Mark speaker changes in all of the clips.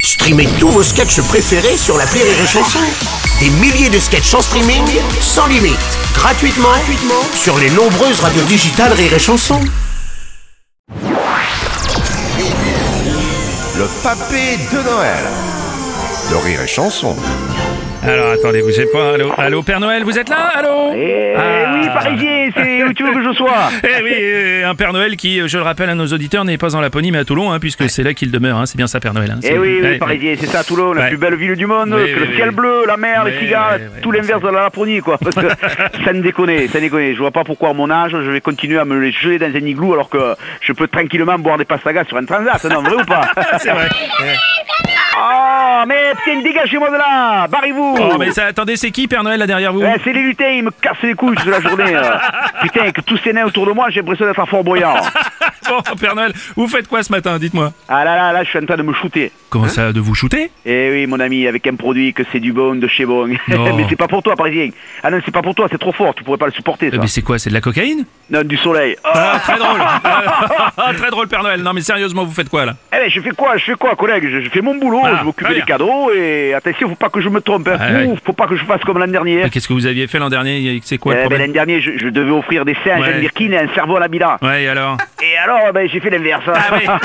Speaker 1: Streamez tous vos sketchs préférés sur la Rire et Chanson. Des milliers de sketchs en streaming, sans limite, gratuitement, gratuitement sur les nombreuses radios digitales Rire et Chanson.
Speaker 2: Le papé de Noël. De rire et chanson.
Speaker 3: Alors attendez, bougez pas. Allô, allô, Père Noël, vous êtes là Allô
Speaker 4: Eh
Speaker 3: Ah.
Speaker 4: oui, parisien, c'est où tu veux que je sois
Speaker 3: Eh oui, euh, un Père Noël qui, euh, je le rappelle à nos auditeurs, n'est pas en Laponie mais à Toulon, hein, puisque c'est là qu'il demeure. hein. C'est bien ça, Père Noël. hein.
Speaker 4: Eh
Speaker 3: C'est-
Speaker 4: oui, oui,
Speaker 3: Ouais,
Speaker 4: parisien, c'est ça, Toulon, la
Speaker 3: Ouais.
Speaker 4: plus belle ville du monde,
Speaker 3: Oui,
Speaker 4: que
Speaker 3: oui,
Speaker 4: le ciel
Speaker 3: oui.
Speaker 4: bleu, la mer,
Speaker 3: Oui,
Speaker 4: les cigares,
Speaker 3: oui, oui,
Speaker 4: tout
Speaker 3: oui,
Speaker 4: l'inverse de la Laponie, quoi. Parce que, ça ne déconne, ça ne déconne. Je vois pas pourquoi, à mon âge, je vais continuer à me les jeter dans un igloo alors que je peux tranquillement boire des pastagas sur un transat, non, vrai ou pas
Speaker 3: ouais. C'est vrai.
Speaker 4: Oh, mais putain, dégagez-moi de là Barrez-vous
Speaker 3: Oh, mais ça, attendez, c'est qui Père Noël là derrière vous
Speaker 4: Ouais, c'est les lutins, ils me cassent les couilles toute la journée. euh. Putain, que tous ces nains autour de moi, j'ai l'impression d'être un fort boyard.
Speaker 3: Bon, Oh, Père Noël, vous faites quoi ce matin Dites-moi.
Speaker 4: Ah là là, là, je suis en train de me shooter.
Speaker 3: Comment ça, de vous shooter
Speaker 4: Eh oui, mon ami, avec un produit que c'est du bon de chez bon.
Speaker 3: Non.
Speaker 4: mais c'est pas pour toi, parisien. Ah non, c'est pas pour toi, c'est trop fort, tu pourrais pas le supporter,
Speaker 3: Euh,
Speaker 4: ça.
Speaker 3: Mais c'est quoi C'est de la cocaïne
Speaker 4: Non, du soleil. Oh.
Speaker 3: Ah, très drôle. Ah, très drôle, Père Noël. Non, mais sérieusement, vous faites quoi là
Speaker 4: Eh ben, je fais quoi, je fais quoi, collègue je, je fais mon boulot,
Speaker 3: Ah,
Speaker 4: je m'occupe
Speaker 3: très
Speaker 4: des
Speaker 3: bien.
Speaker 4: cadeaux et attention, faut pas que je me trompe. hein.
Speaker 3: Ouais, ouais.
Speaker 4: Ouh, Faut pas que je fasse comme l'an dernier.
Speaker 3: Mais Qu'est-ce que vous aviez fait l'an dernier C'est quoi le
Speaker 4: Eh ben,
Speaker 3: problème
Speaker 4: l'an dernier, je, je devais offrir des seins à
Speaker 3: Ouais.
Speaker 4: Jeanne Birkin et un cerveau à la Mila.
Speaker 3: Ouais, et alors
Speaker 4: Et alors, ben, j'ai fait l'inverse.
Speaker 3: Ah oui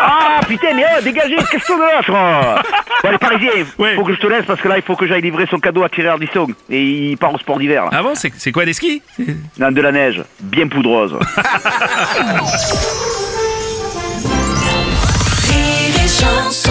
Speaker 4: Ah, putain, mais oh, dégagez, qu'est-ce qu'on offre oh. Bon, les Parisiens,
Speaker 3: Ouais.
Speaker 4: faut que je te laisse parce que là, il faut que j'aille livrer son cadeau à Thierry Ardisson. Et il part au sport d'hiver. là.
Speaker 3: Ah bon, c'est c'est quoi des skis
Speaker 4: Non, de la neige, bien poudreuse.
Speaker 5: Rire et chanson.